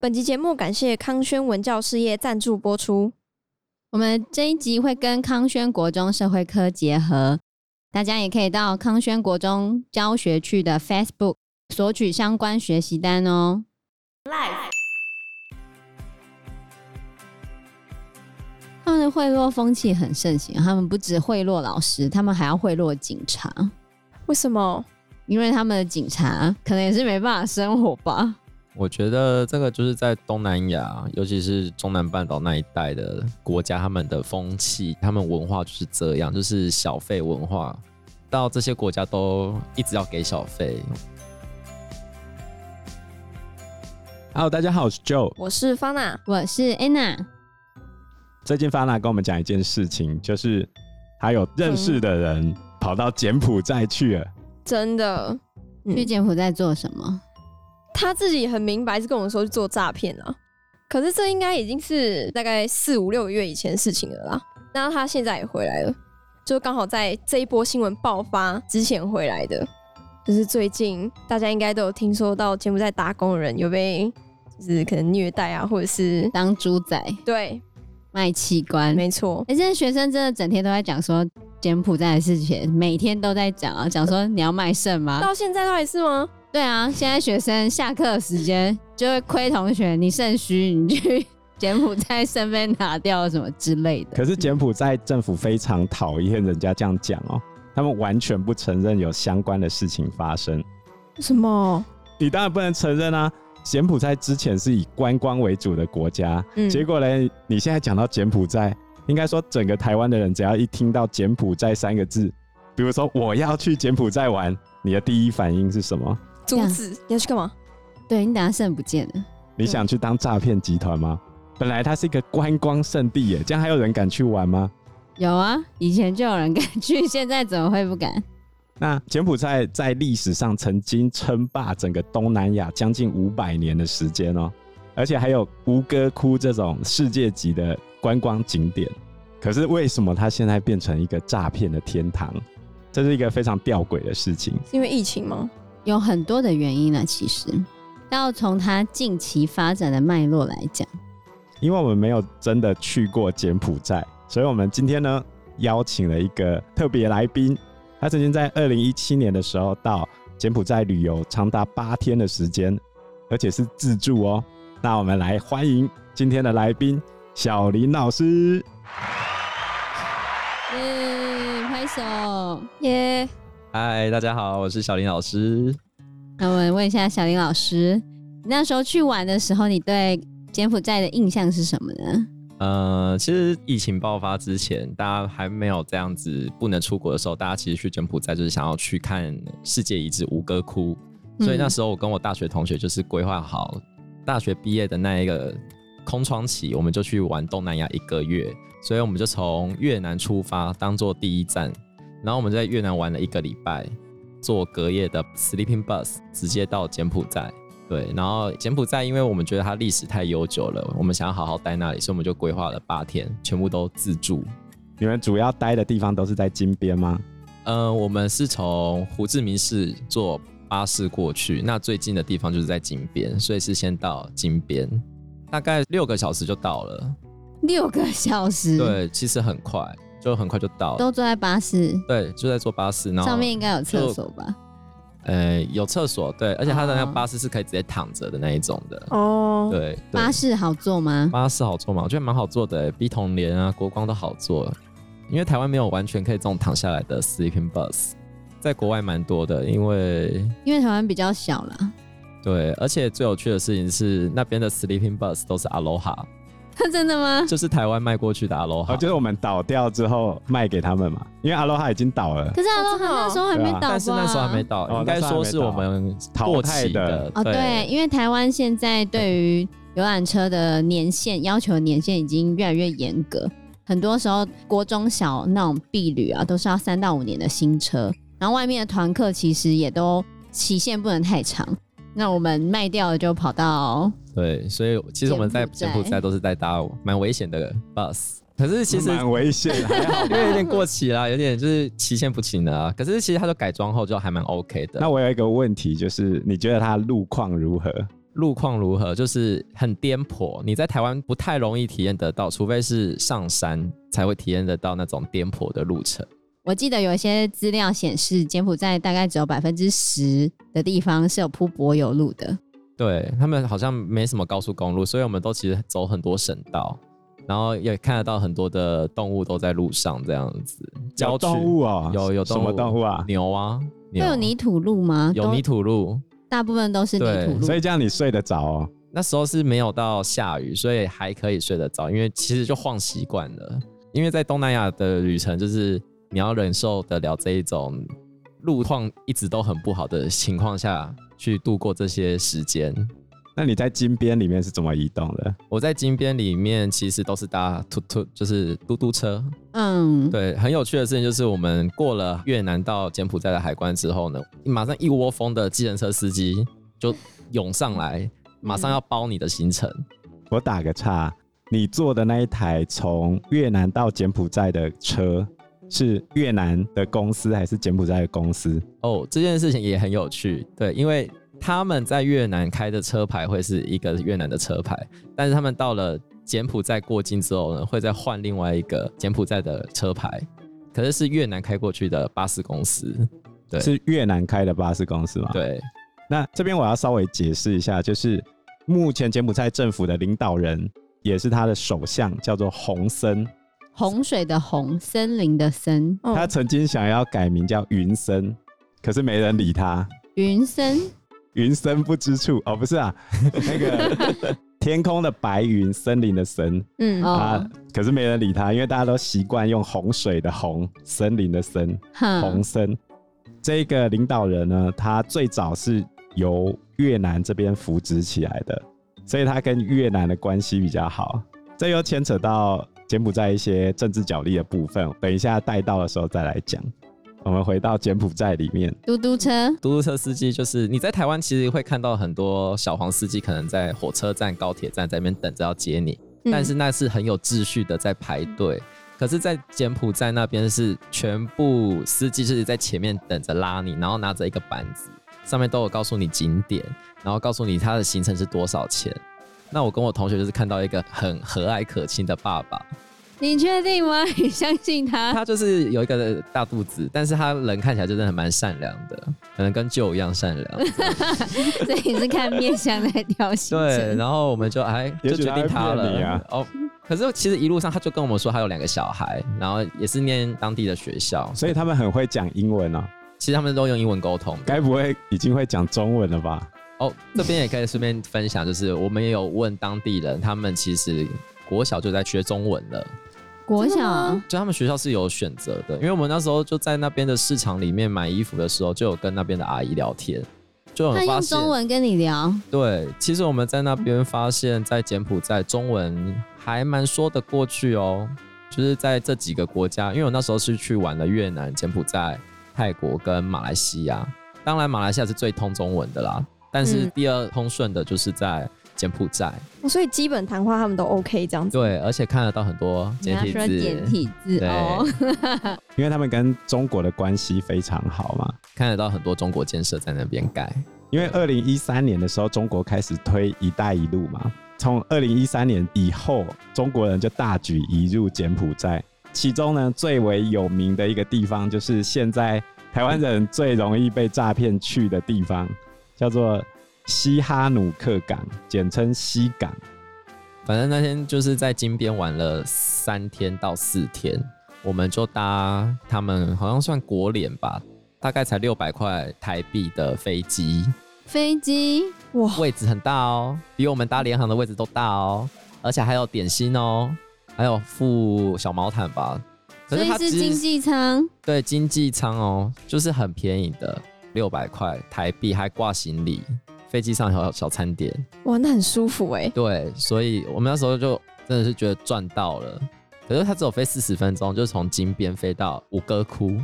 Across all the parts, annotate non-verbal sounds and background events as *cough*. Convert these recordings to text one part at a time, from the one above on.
本集节目感谢康轩文教事业赞助播出。我们这一集会跟康轩国中社会科结合，大家也可以到康轩国中教学区的 Facebook 索取相关学习单哦。他们的贿赂风气很盛行，他们不止贿赂老师，他们还要贿赂警察，为什么？因为他们的警察可能也是没办法生活吧。我觉得这个就是在东南亚，尤其是中南半岛那一带的国家，他们的风气、他们文化就是这样，就是小费文化，到这些国家都一直要给小费。 Hello，大家好，我是 Joe。我是方娜，我是 Anna，最近发娜跟我们讲一件事情，就是他有认识的人跑到柬埔寨去了。真的，嗯去柬埔寨做什么？他自己很明白是跟我们说去做诈骗啊。可是这应该已经是大概四五六个月以前的事情了啦。那他现在也回来了，就刚好在这一波新闻爆发之前回来的。就是最近大家应该都有听说到柬埔寨打工的人有被就是可能虐待啊，或者是当猪仔对，卖器官？没错，哎、欸，现在学生真的整天都在讲说柬埔寨的事情，每天都在讲啊，讲说你要卖肾吗？到现在到底是吗？对啊，现在学生下课时间就会亏同学，你肾虚，你去 *laughs* 柬埔寨肾被拿掉什么之类的。可是柬埔寨政府非常讨厌人家这样讲哦，他们完全不承认有相关的事情发生。什么？你当然不能承认啊！柬埔寨之前是以观光为主的国家，嗯结果嘞，你现在讲到柬埔寨，应该说整个台湾的人只要一听到柬埔寨三个字，比如说我要去柬埔寨玩，你的第一反应是什么？阻止你要去干嘛？对你等下肾不见了，你想去当诈骗集团吗？本来它是一个观光圣地耶，这样还有人敢去玩吗？有啊，以前就有人敢 *laughs* 去，现在怎么会不敢？那柬埔寨在历史上曾经称霸整个东南亚将近五百年的时间哦，而且还有吴哥窟这种世界级的观光景点。可是为什么它现在变成一个诈骗的天堂？这是一个非常吊诡的事情。是因为疫情吗？有很多的原因呢，其实要从它近期发展的脉络来讲，因为我们没有真的去过柬埔寨，所以我们今天呢邀请了一个特别来宾，他曾经在二零一七年的时候到柬埔寨旅游，长达八天的时间，而且是自助哦。那我们来欢迎今天的来宾小林老师。耶、拍手。耶、嗨，大家好，我是小林老师。那我问一下小林老师，你那时候去玩的时候，你对柬埔寨的印象是什么呢？ *laughs* 呃，其实疫情爆发之前，大家还没有这样子不能出国的时候，大家其实去柬埔寨就是想要去看世界遗址吴哥窟，所以那时候我跟我大学同学就是规划好，大学毕业的那一个空窗期，我们就去玩东南亚一个月，所以我们就从越南出发，当做第一站，然后我们在越南玩了一个礼拜，坐隔夜的 sleeping bus 直接到柬埔寨。对，然后柬埔寨，因为我们觉得它历史太悠久了，我们想要好好待那里，所以我们就规划了八天，全部都自助。你们主要待的地方都是在金边吗？嗯、我们是从胡志明市坐巴士过去，那最近的地方就是在金边，所以是先到金边，大概六个小时就到了。六个小时，，对，其实很快，就很快就到了。嗯都坐在巴士对，就在坐巴士，然后上面，应该有厕所吧？呃，有厕所，对，而且它的那个哦巴士是可以直接躺着的那一种的。哦，对，对巴士好坐吗？巴士好坐吗？我觉得蛮好坐的欸，比统联啊、国光都好坐，因为台湾没有完全可以这种躺下来的 sleeping bus，在国外蛮多的。因为因为台湾比较小啦， *laughs* 对，而且最有趣的事情是，那边的 sleeping bus 都是 Aloha，真的吗？就是台湾卖过去的 Aloha，、哦，就是我们倒掉之后卖给他们嘛，因为阿罗哈已经倒了，可是哦阿罗真的哦那时候还没对到啊吧？但是那时候还没到，哦应该说是我们过期那时候还没哦，对，因为台湾现在对于游览车的年限要求年限已经越来越严格，很多时候国中小那种婢旅啊，都是要三到五年的新车，然后外面的团客其实也都期限不能太长。那我们卖掉了就跑到，对，所以其实我们在柬柬埔寨埔寨都是在搭蛮危险的 bus，可是其实蛮危险的。还 *laughs* 好因为有点过期啦，有点就是期限不清了啊。可是其实它就改装后就还蛮 OK 的。那我有一个问题，就是你觉得它路况如何？路况如何，就是很颠簸，你在台湾不太容易体验得到，除非是上山才会体验得到那种颠簸的路程。我记得有一些资料显示，柬埔寨大概只有百分之十的地方是有铺柏油路的。对他们好像没什么高速公路，所以我们都其实走很多省道，然后也看得到很多的动物都在路上这样子。郊有区动物哦，有有什动物么动物啊？牛啊，会牛有泥土路吗？有泥都，土路。大部分都是泥土对路。所以这样你睡得着哦。那时候是没有到下雨，所以还可以睡得着，因为其实就晃习惯了。因为在东南亚的旅程，就是你要忍受得了这一种路况一直都很不好的情况下去度过这些时间。那你在金边里面是怎么移动的？我在金边里面其实都是搭突突，就是嘟嘟车。嗯，对，很有趣的事情就是，我们过了越南到柬埔寨的海关之后呢，马上一窝蜂的计程车司机就涌上来，马上要包你的行程。我打个岔，你坐的那一台从越南到柬埔寨的车，是越南的公司还是柬埔寨的公司？哦，这件事情也很有趣，对，因为他们在越南开的车牌会是一个越南的车牌，但是他们到了柬埔寨过境之后呢，会再换另外一个柬埔寨的车牌，可是是越南开过去的巴士公司。对是越南开的巴士公司吗？。对，那这边我要稍微解释一下，就是目前柬埔寨政府的领导人也是他的首相，叫做洪森。洪水的洪，森林的森，哦他曾经想要改名叫云森，可是没人理他。云森，云深不知处哦，不是啊，那个天空的白云，森林的森嗯，哦啊，可是没人理他，因为大家都习惯用洪水的洪，森林的森，哼洪，森。这个领导人呢，他最早是由越南这边扶植起来的，所以他跟越南的关系比较好。这又牵扯到柬埔寨一些政治角力的部分，等一下带到的时候再来讲。我们回到柬埔寨里面，嘟嘟车，嘟嘟车司机就是你在台湾其实会看到很多小黄司机，可能在火车站、高铁站在那边等着要接你，嗯但是那是很有秩序的在排队。可是，在柬埔寨那边是全部司机就是在前面等着拉你，然后拿着一个板子，上面都有告诉你景点，然后告诉你它的行程是多少钱。那我跟我同学就是看到一个很和蔼可亲的爸爸，你确定吗？你相信他？他就是有一个大肚子，但是他人看起来就真的蛮善良的，可能跟舅一样善良。 *laughs* 所以你是看面相在挑行对，程？然后我们就哎，也就许决定他会骗你了。啊哦，可是其实一路上他就跟我们说，他有两个小孩，然后也是念当地的学校，所以他们很会讲英文哦，其实他们都用英文沟通。该不会已经会讲中文了吧？哦，这边也可以顺便分享，就是我们也有问当地人，他们其实国小就在学中文了，国真的小啊吗就他们学校是有选择的，因为我们那时候就在那边的市场里面买衣服的时候，就有跟那边的阿姨聊天，就他很发用现中文跟你聊，对，其实我们在那边发现，在柬埔寨中文还蛮说得过去哦，就是在这几个国家，因为我那时候是去玩了越南、柬埔寨、泰国跟马来西亚，当然马来西亚是最通中文的啦，但是嗯第二通顺的就是在柬埔寨，哦所以基本谈话他们都 OK 这样子。对，而且看得到很多你简要体说字，简体字对哦，因为他们跟中国的关系非常好嘛。看得到很多中国建设在那边盖，因为二零一三年的时候，中国开始推“一带一路”嘛，从二零一三年以后，中国人就大举移入柬埔寨。其中呢，最为有名的一个地方，就是现在台湾人最容易被诈骗去的地方，叫做西哈努克港，简称西港。反正那天就是在金边玩了三天到四天，我们就搭他们好像算国联吧，大概才六百块台币的飞机，飞机哇，位置很大哦，比我们搭联航的位置都大哦，而且还有点心哦，还有附小毛毯吧。可所是以它是只经济舱，对经济舱哦，就是很便宜的，六百块台币还挂行李，飞机上还有小餐点。哇，那很舒服哎、对，所以我们那时候就真的是觉得赚到了。可是它只有飞四十分钟，就是从金边飞到吴哥窟。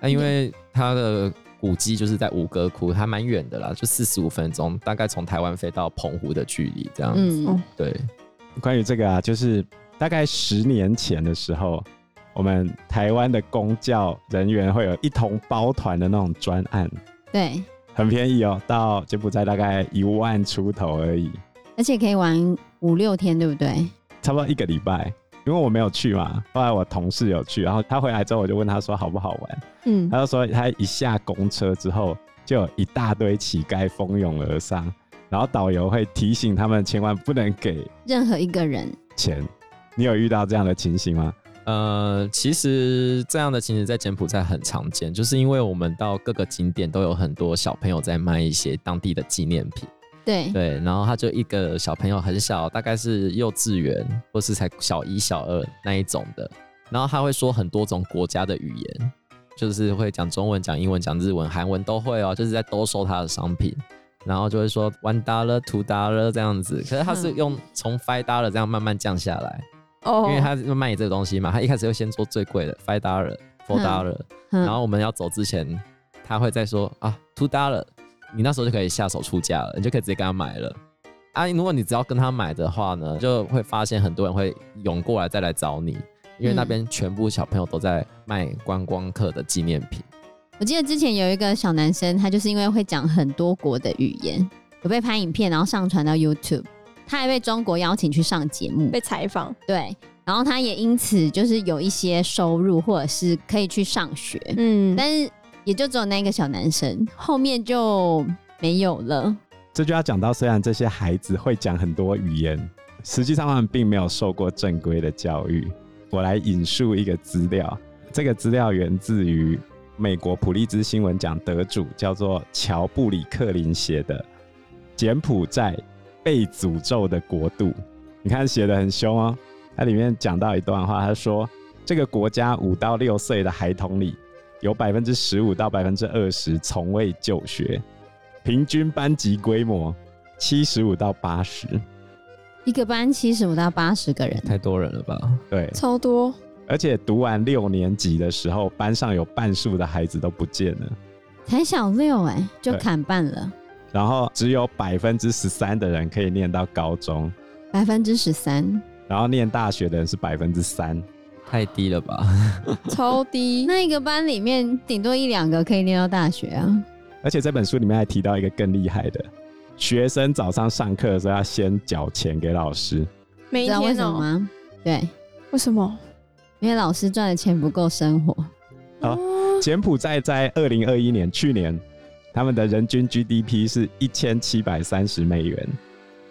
那、因为它的古迹就是在吴哥窟，还蛮远的啦，就四十五分钟，大概从台湾飞到澎湖的距离这样。嗯哦，对，关于这个啊，就是大概十年前的时候，我们台湾的公教人员会有一同包团的那种专案。对，很便宜哦，到柬埔寨大概一万出头而已，而且可以玩五六天，对不对？差不多一个礼拜。因为我没有去嘛，后来我同事有去，然后他回来之后，我就问他说好不好玩，嗯，他就说他一下公车之后，就有一大堆乞丐蜂拥而上，然后导游会提醒他们千万不能给任何一个人，钱。你有遇到这样的情形吗？呃，其实这样的情形在柬埔寨很常见，就是因为我们到各个景点都有很多小朋友在卖一些当地的纪念品， *laughs* 对，对，然后他就一个小朋友很小，大概是幼稚园或是才小一、小二那一种的，然后他会说很多种国家的语言，就是会讲中文、讲英文、讲日文、韩文都会哦，就是在兜售他的商品。然后就会说 one dollar two dollar 这样子，可是他是嗯用从 five dollar 这样慢慢降下来，哦因为他是卖你这个东西嘛，他一开始会先做最贵的 five dollar、four 嗯 dollar，、嗯然后我们要走之前，他会再说啊 two dollar，你那时候就可以下手出价了，你就可以直接跟他买了。啊，如果你只要跟他买的话呢，就会发现很多人会涌过来再来找你，因为那嗯边全部小朋友都在卖观光客的纪念品。我记得之前有一个小男生，他就是因为会讲很多国的语言，有被拍影片，然后上传到 YouTube。他还被中国邀请去上节目，被采访，对，然后他也因此就是有一些收入，或者是可以去上学，嗯，但是也就只有那个小男生，后面就没有了。这就要讲到，虽然这些孩子会讲很多语言，实际上他们并没有受过正规的教育。我来引述一个资料，这个资料源自于美国普利兹新闻奖得主叫做乔布里克林写的《柬埔寨被诅咒的国度》。你看写的很凶哦，它里面讲到一段话，他说这个国家五到六岁的孩童里，有百分之十五到百分之二十从未就学。平均班级规模七十五到八十，一个班七十五到八十个人，太多人了吧？对，超多，而且读完六年级的时候，班上有半数的孩子都不见了，才小六哎、就对砍半了，然后只有百分之十三的人可以念到高中，百分之十三。然后念大学的人是百分之三，太低了吧？ *laughs* 超低， *laughs* 那一个班里面顶多一两个可以念到大学啊。而且这本书里面还提到一个更厉害的，学生早上上课的时候要先缴钱给老师，每一知道为天什么哦，吗？对，为什么？因为老师赚的钱不够生活。啊哦柬埔寨在二零二一年去年，他们的人均 GDP 是一千七百三十美元，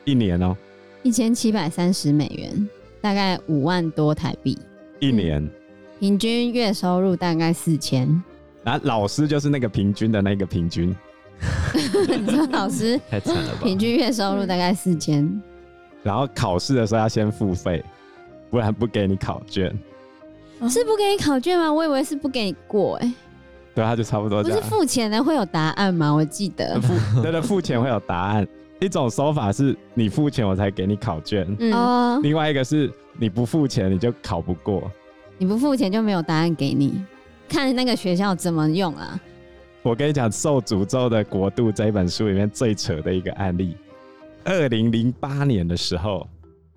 一年哦、一千七百三十美元，大概五万多台币，一年。平均月收入大概四千。然后老师就是那个平均的那个平均， *laughs* 你说老师太惨了吧？平均月收入大概四千，然后考试的时候要先付费，不然不给你考卷。是不给你考卷吗？我以为是不给你过、欸，对，他就差不多不这是啊样。，付钱的会有答案吗？我记得 *laughs* 付对对，付钱会有答案。一种手法是你付钱我才给你考卷，嗯，哦，另外一个是你不付钱你就考不过。你不付钱就没有答案给你，看那个学校怎么用啊。我跟你讲，《受诅咒的国度》这一本书里面最扯的一个案例，二零零八年的时候，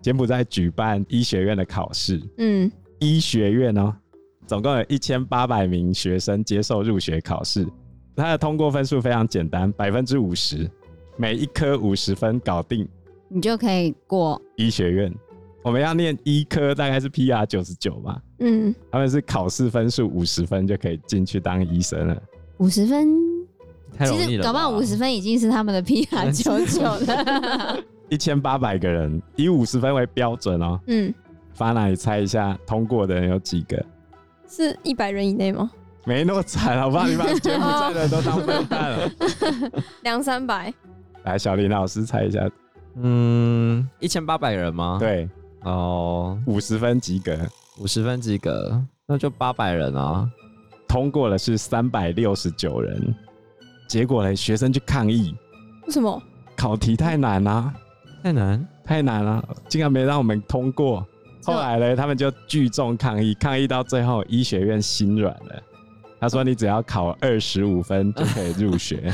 柬埔寨举办医学院的考试，嗯，医学院哦，总共有一千八百名学生接受入学考试，它的通过分数非常简单，百分之五十，每一科五十分搞定你就可以过，医学院。我们要念医科，大概是 PR 九十九嘛，嗯，他们是考试分数五十分就可以进去当医生了。五十分太容其易实了吧。搞不好五十分已经是他们的 PR 九九 *laughs* 了。一千八百个人，以五十分为标准哦。嗯，发那你猜一下，通过的人有几个？是一百人以内吗？没那么惨，好不好？你把柬埔寨的人都当笨蛋了。两三百，来，小林老师猜一下，嗯，一千八百人吗？，对，哦，五十分及格。五十分及格，那就八百人啊。通过了是三百六十九人，结果呢，学生就抗议，为什么？考题太难啦、太难，太难了、竟然没让我们通过。后来呢，他们就聚众抗议，抗议到最后，医学院心软了。他说：“你只要考二十五分就可以入学。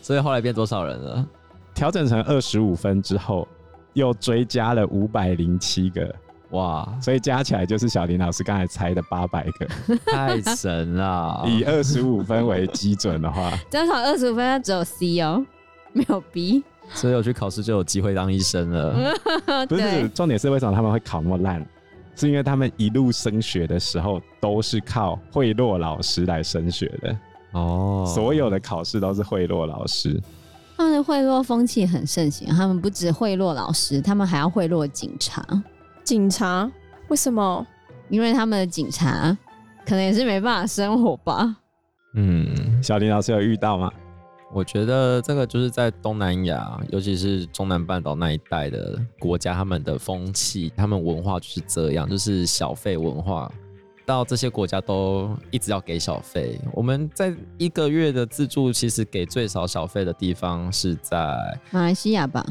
所以后来变多少人了？”调整成二十五分之后，又追加了五百零七个哇，所以加起来就是小林老师刚才猜的八百个。太神 *laughs* 了！以二十五分为基准的话，加上二十五分，它只有 C 哦，没有 B。所以我去考试就有机会当医生了。 *laughs* 不是对重点是为什么他们会考那么烂，是因为他们一路升学的时候都是靠贿赂老师来升学的， *laughs* 哦，所有的考试都是贿赂老师。他们的贿赂风气很盛行，他们不止贿赂老师，他们还要贿赂警察，警察为什么？因为他们的警察可能也是没办法生活吧。嗯，小林老师有遇到吗？我觉得这个就是在东南亚，尤其是中南半岛那一带的国家，他们的风气、他们文化就是这样，就是小费文化。到这些国家都一直要给小费。我们在一个月的自助，其实给最少小费的地方是在马来西亚吧，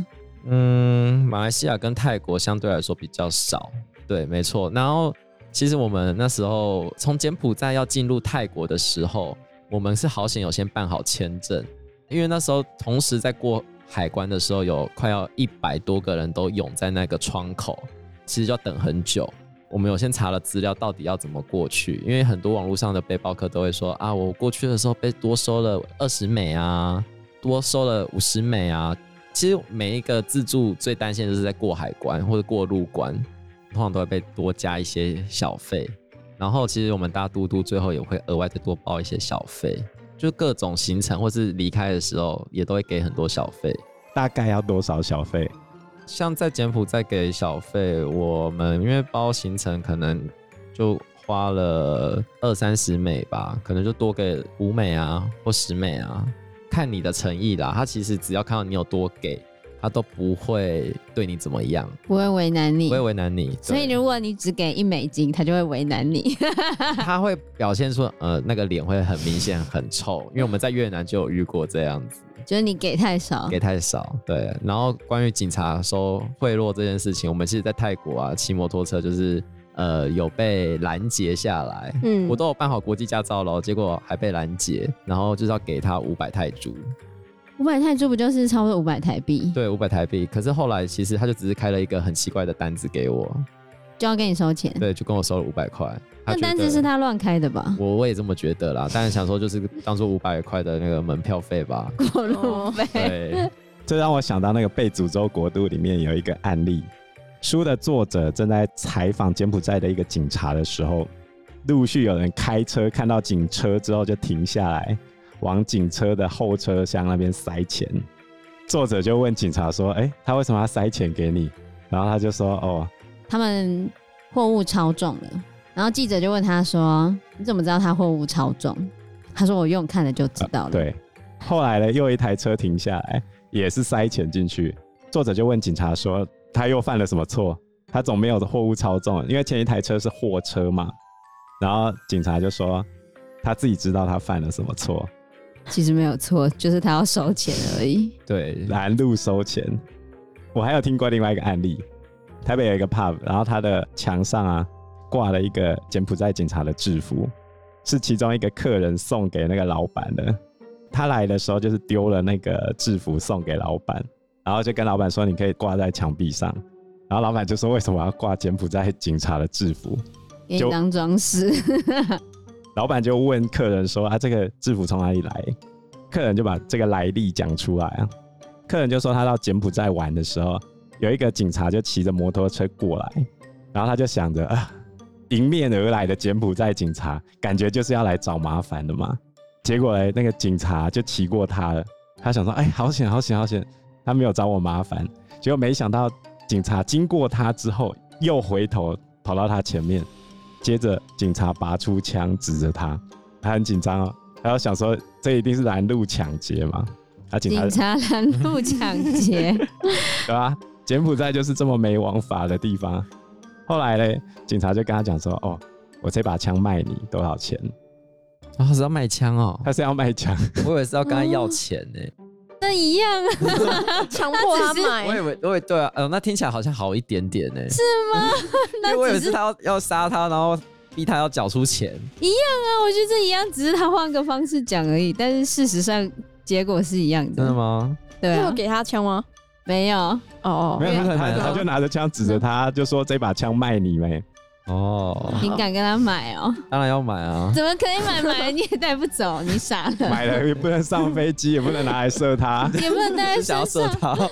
嗯，马来西亚跟泰国相对来说比较少，对，没错。然后其实我们那时候从柬埔寨要进入泰国的时候，我们是好险有先办好签证，因为那时候同时在过海关的时候，有快要一百多个人都涌在那个窗口，其实就要等很久。我们有先查了资料，到底要怎么过去？因为很多网络上的背包客都会说啊，我过去的时候被多收了二十美啊，多收了五十美啊，其实每一个自助最担心的就是在过海关或者过陆关，通常都会被多加一些小费。然后其实我们搭嘟嘟最后也会额外再多包一些小费，就是各种行程或是离开的时候也都会给很多小费。大概要多少小费？像在柬埔寨给小费，我们因为包行程可能就花了二三十美吧，可能就多给五美啊或十美啊，看你的诚意啦。他其实只要看到你有多给，他都不会对你怎么样，不会为难你不会。为难你。嗯所以对如果你只给一美金，他就会为难你。 *laughs* 他会表现出呃那个脸会很明显很臭，因为我们在越南就有遇过这样子。就是你给太少，给太少。对，然后关于警察收贿赂这件事情，我们其实在泰国啊，骑摩托车就是呃有被拦截下来。嗯我都有办好国际驾照了，结果还被拦截，然后就是要给他五百泰铢，五百泰铢不就是差不多五百台币，对，五百台币。可是后来其实他就只是开了一个很奇怪的单子给我，就要给你收钱。对，就跟我收了五百块。他嗯那觉单子得是他乱开的 *laughs* 吧？我我也这么觉得啦，但是想说就是当做五百块的那个门票费 *laughs* 吧。过路费。对，这让我想到那个《被诅咒国度》里面有一个案例，书的作者正在采访柬埔寨的一个警察的时候，陆续有人开车看到警车之后就停下来，往警车的后车厢那边塞钱。作者就问警察说：“哎、他为什么要塞钱给你？”然后他就说：“哦，他们货物超重了，然后记者就问他说：“你怎么知道他货物超重？”他说：“我用看了就知啊道了。对，后来呢，又一台车停下来，也是塞钱进去。作者就问警察说，他又犯了什么错？他总没有货物超重，因为前一台车是货车嘛。然后警察就说，他自己知道他犯了什么错，其实没有错，就是他要收钱而已。对，拦路收钱。我还有听过另外一个案例，台北有一个 pub，然后它的墙上啊挂了一个柬埔寨警察的制服，是其中一个客人送给那个老板的。他来的时候就是丢了那个制服送给老板，然后就跟老板说你可以挂在墙壁上，然后老板就说为什么要挂柬埔寨警察的制服？给就你当装饰，老板就问客人说：“啊，这个制服从哪里来？”客人就把这个来历讲出来啊。客人就说他到柬埔寨玩的时候，有一个警察就骑着摩托车过来，然后他就想着啊，迎面而来的柬埔寨警察，感觉就是要来找麻烦的嘛。结果嘞，那个警察就骑过他了，他想说：“哎，好险，好险，好险，他没有找我麻烦。”结果没想到警察经过他之后，又回头跑到他前面。接着警察拔出枪指着他，他很紧张哦，他要想说这一定是拦路抢劫嘛，啊警察警察拦路抢 *laughs* 劫，对吧、柬埔寨就是这么没王法的地方。后来嘞，警察就跟他讲说，哦，我这把枪卖你多少钱？然后是要卖枪哦，他是要卖枪，我以为是要跟他要钱呢、那一样啊，强迫他我以买，为，我以为对啊，呃，那听起来好像好一点点呢、是吗？因为我以为那只是是他要要杀他，然后逼他要缴出钱。嗯那啊我觉得这一样，只是他换个方式讲而已。但是事实上，结果是一样的。真的吗？啊对他啊有，给他枪吗？没有，哦没有因为很难，他他就拿着枪指着他，就说这把枪卖 *laughs* 你没？哦，你敢跟他买哦？当然要买啊。怎么可以买？买了你也带不走，你傻了。买了也不能上飞机，也不能拿来射他。也不能 *laughs* 带在是想要身射上，他，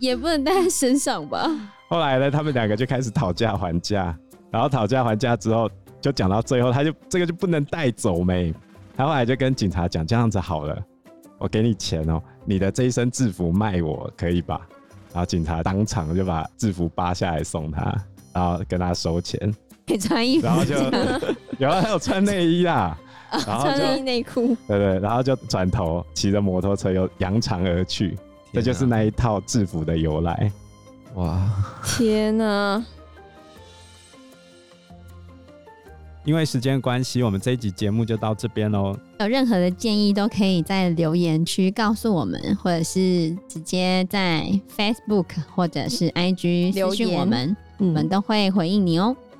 也不能带在身上吧？后来呢，他们两个就开始讨价还价，然后讨价还价之后，就讲到最后，他就这个就不能带走没。他后来就跟警察讲，这样子好了，我给你钱哦，你的这一身制服卖我可以吧？然后警察当场就把制服扒下来送他，然后跟他收钱，可以穿衣服 *laughs* 然后就有了还有穿内衣啦，然后穿就内衣内裤，对对，然后就转头骑着摩托车又扬长而去， *laughs* 这就是那一套制服的由来。哇，天啊哪、因为时间关系，我们这一集节目就到这边喽。有任何的建议都可以在留言区告诉我们，或者是直接在 Facebook 或者是 IG 留私讯我们，我们嗯，都会回应你哦。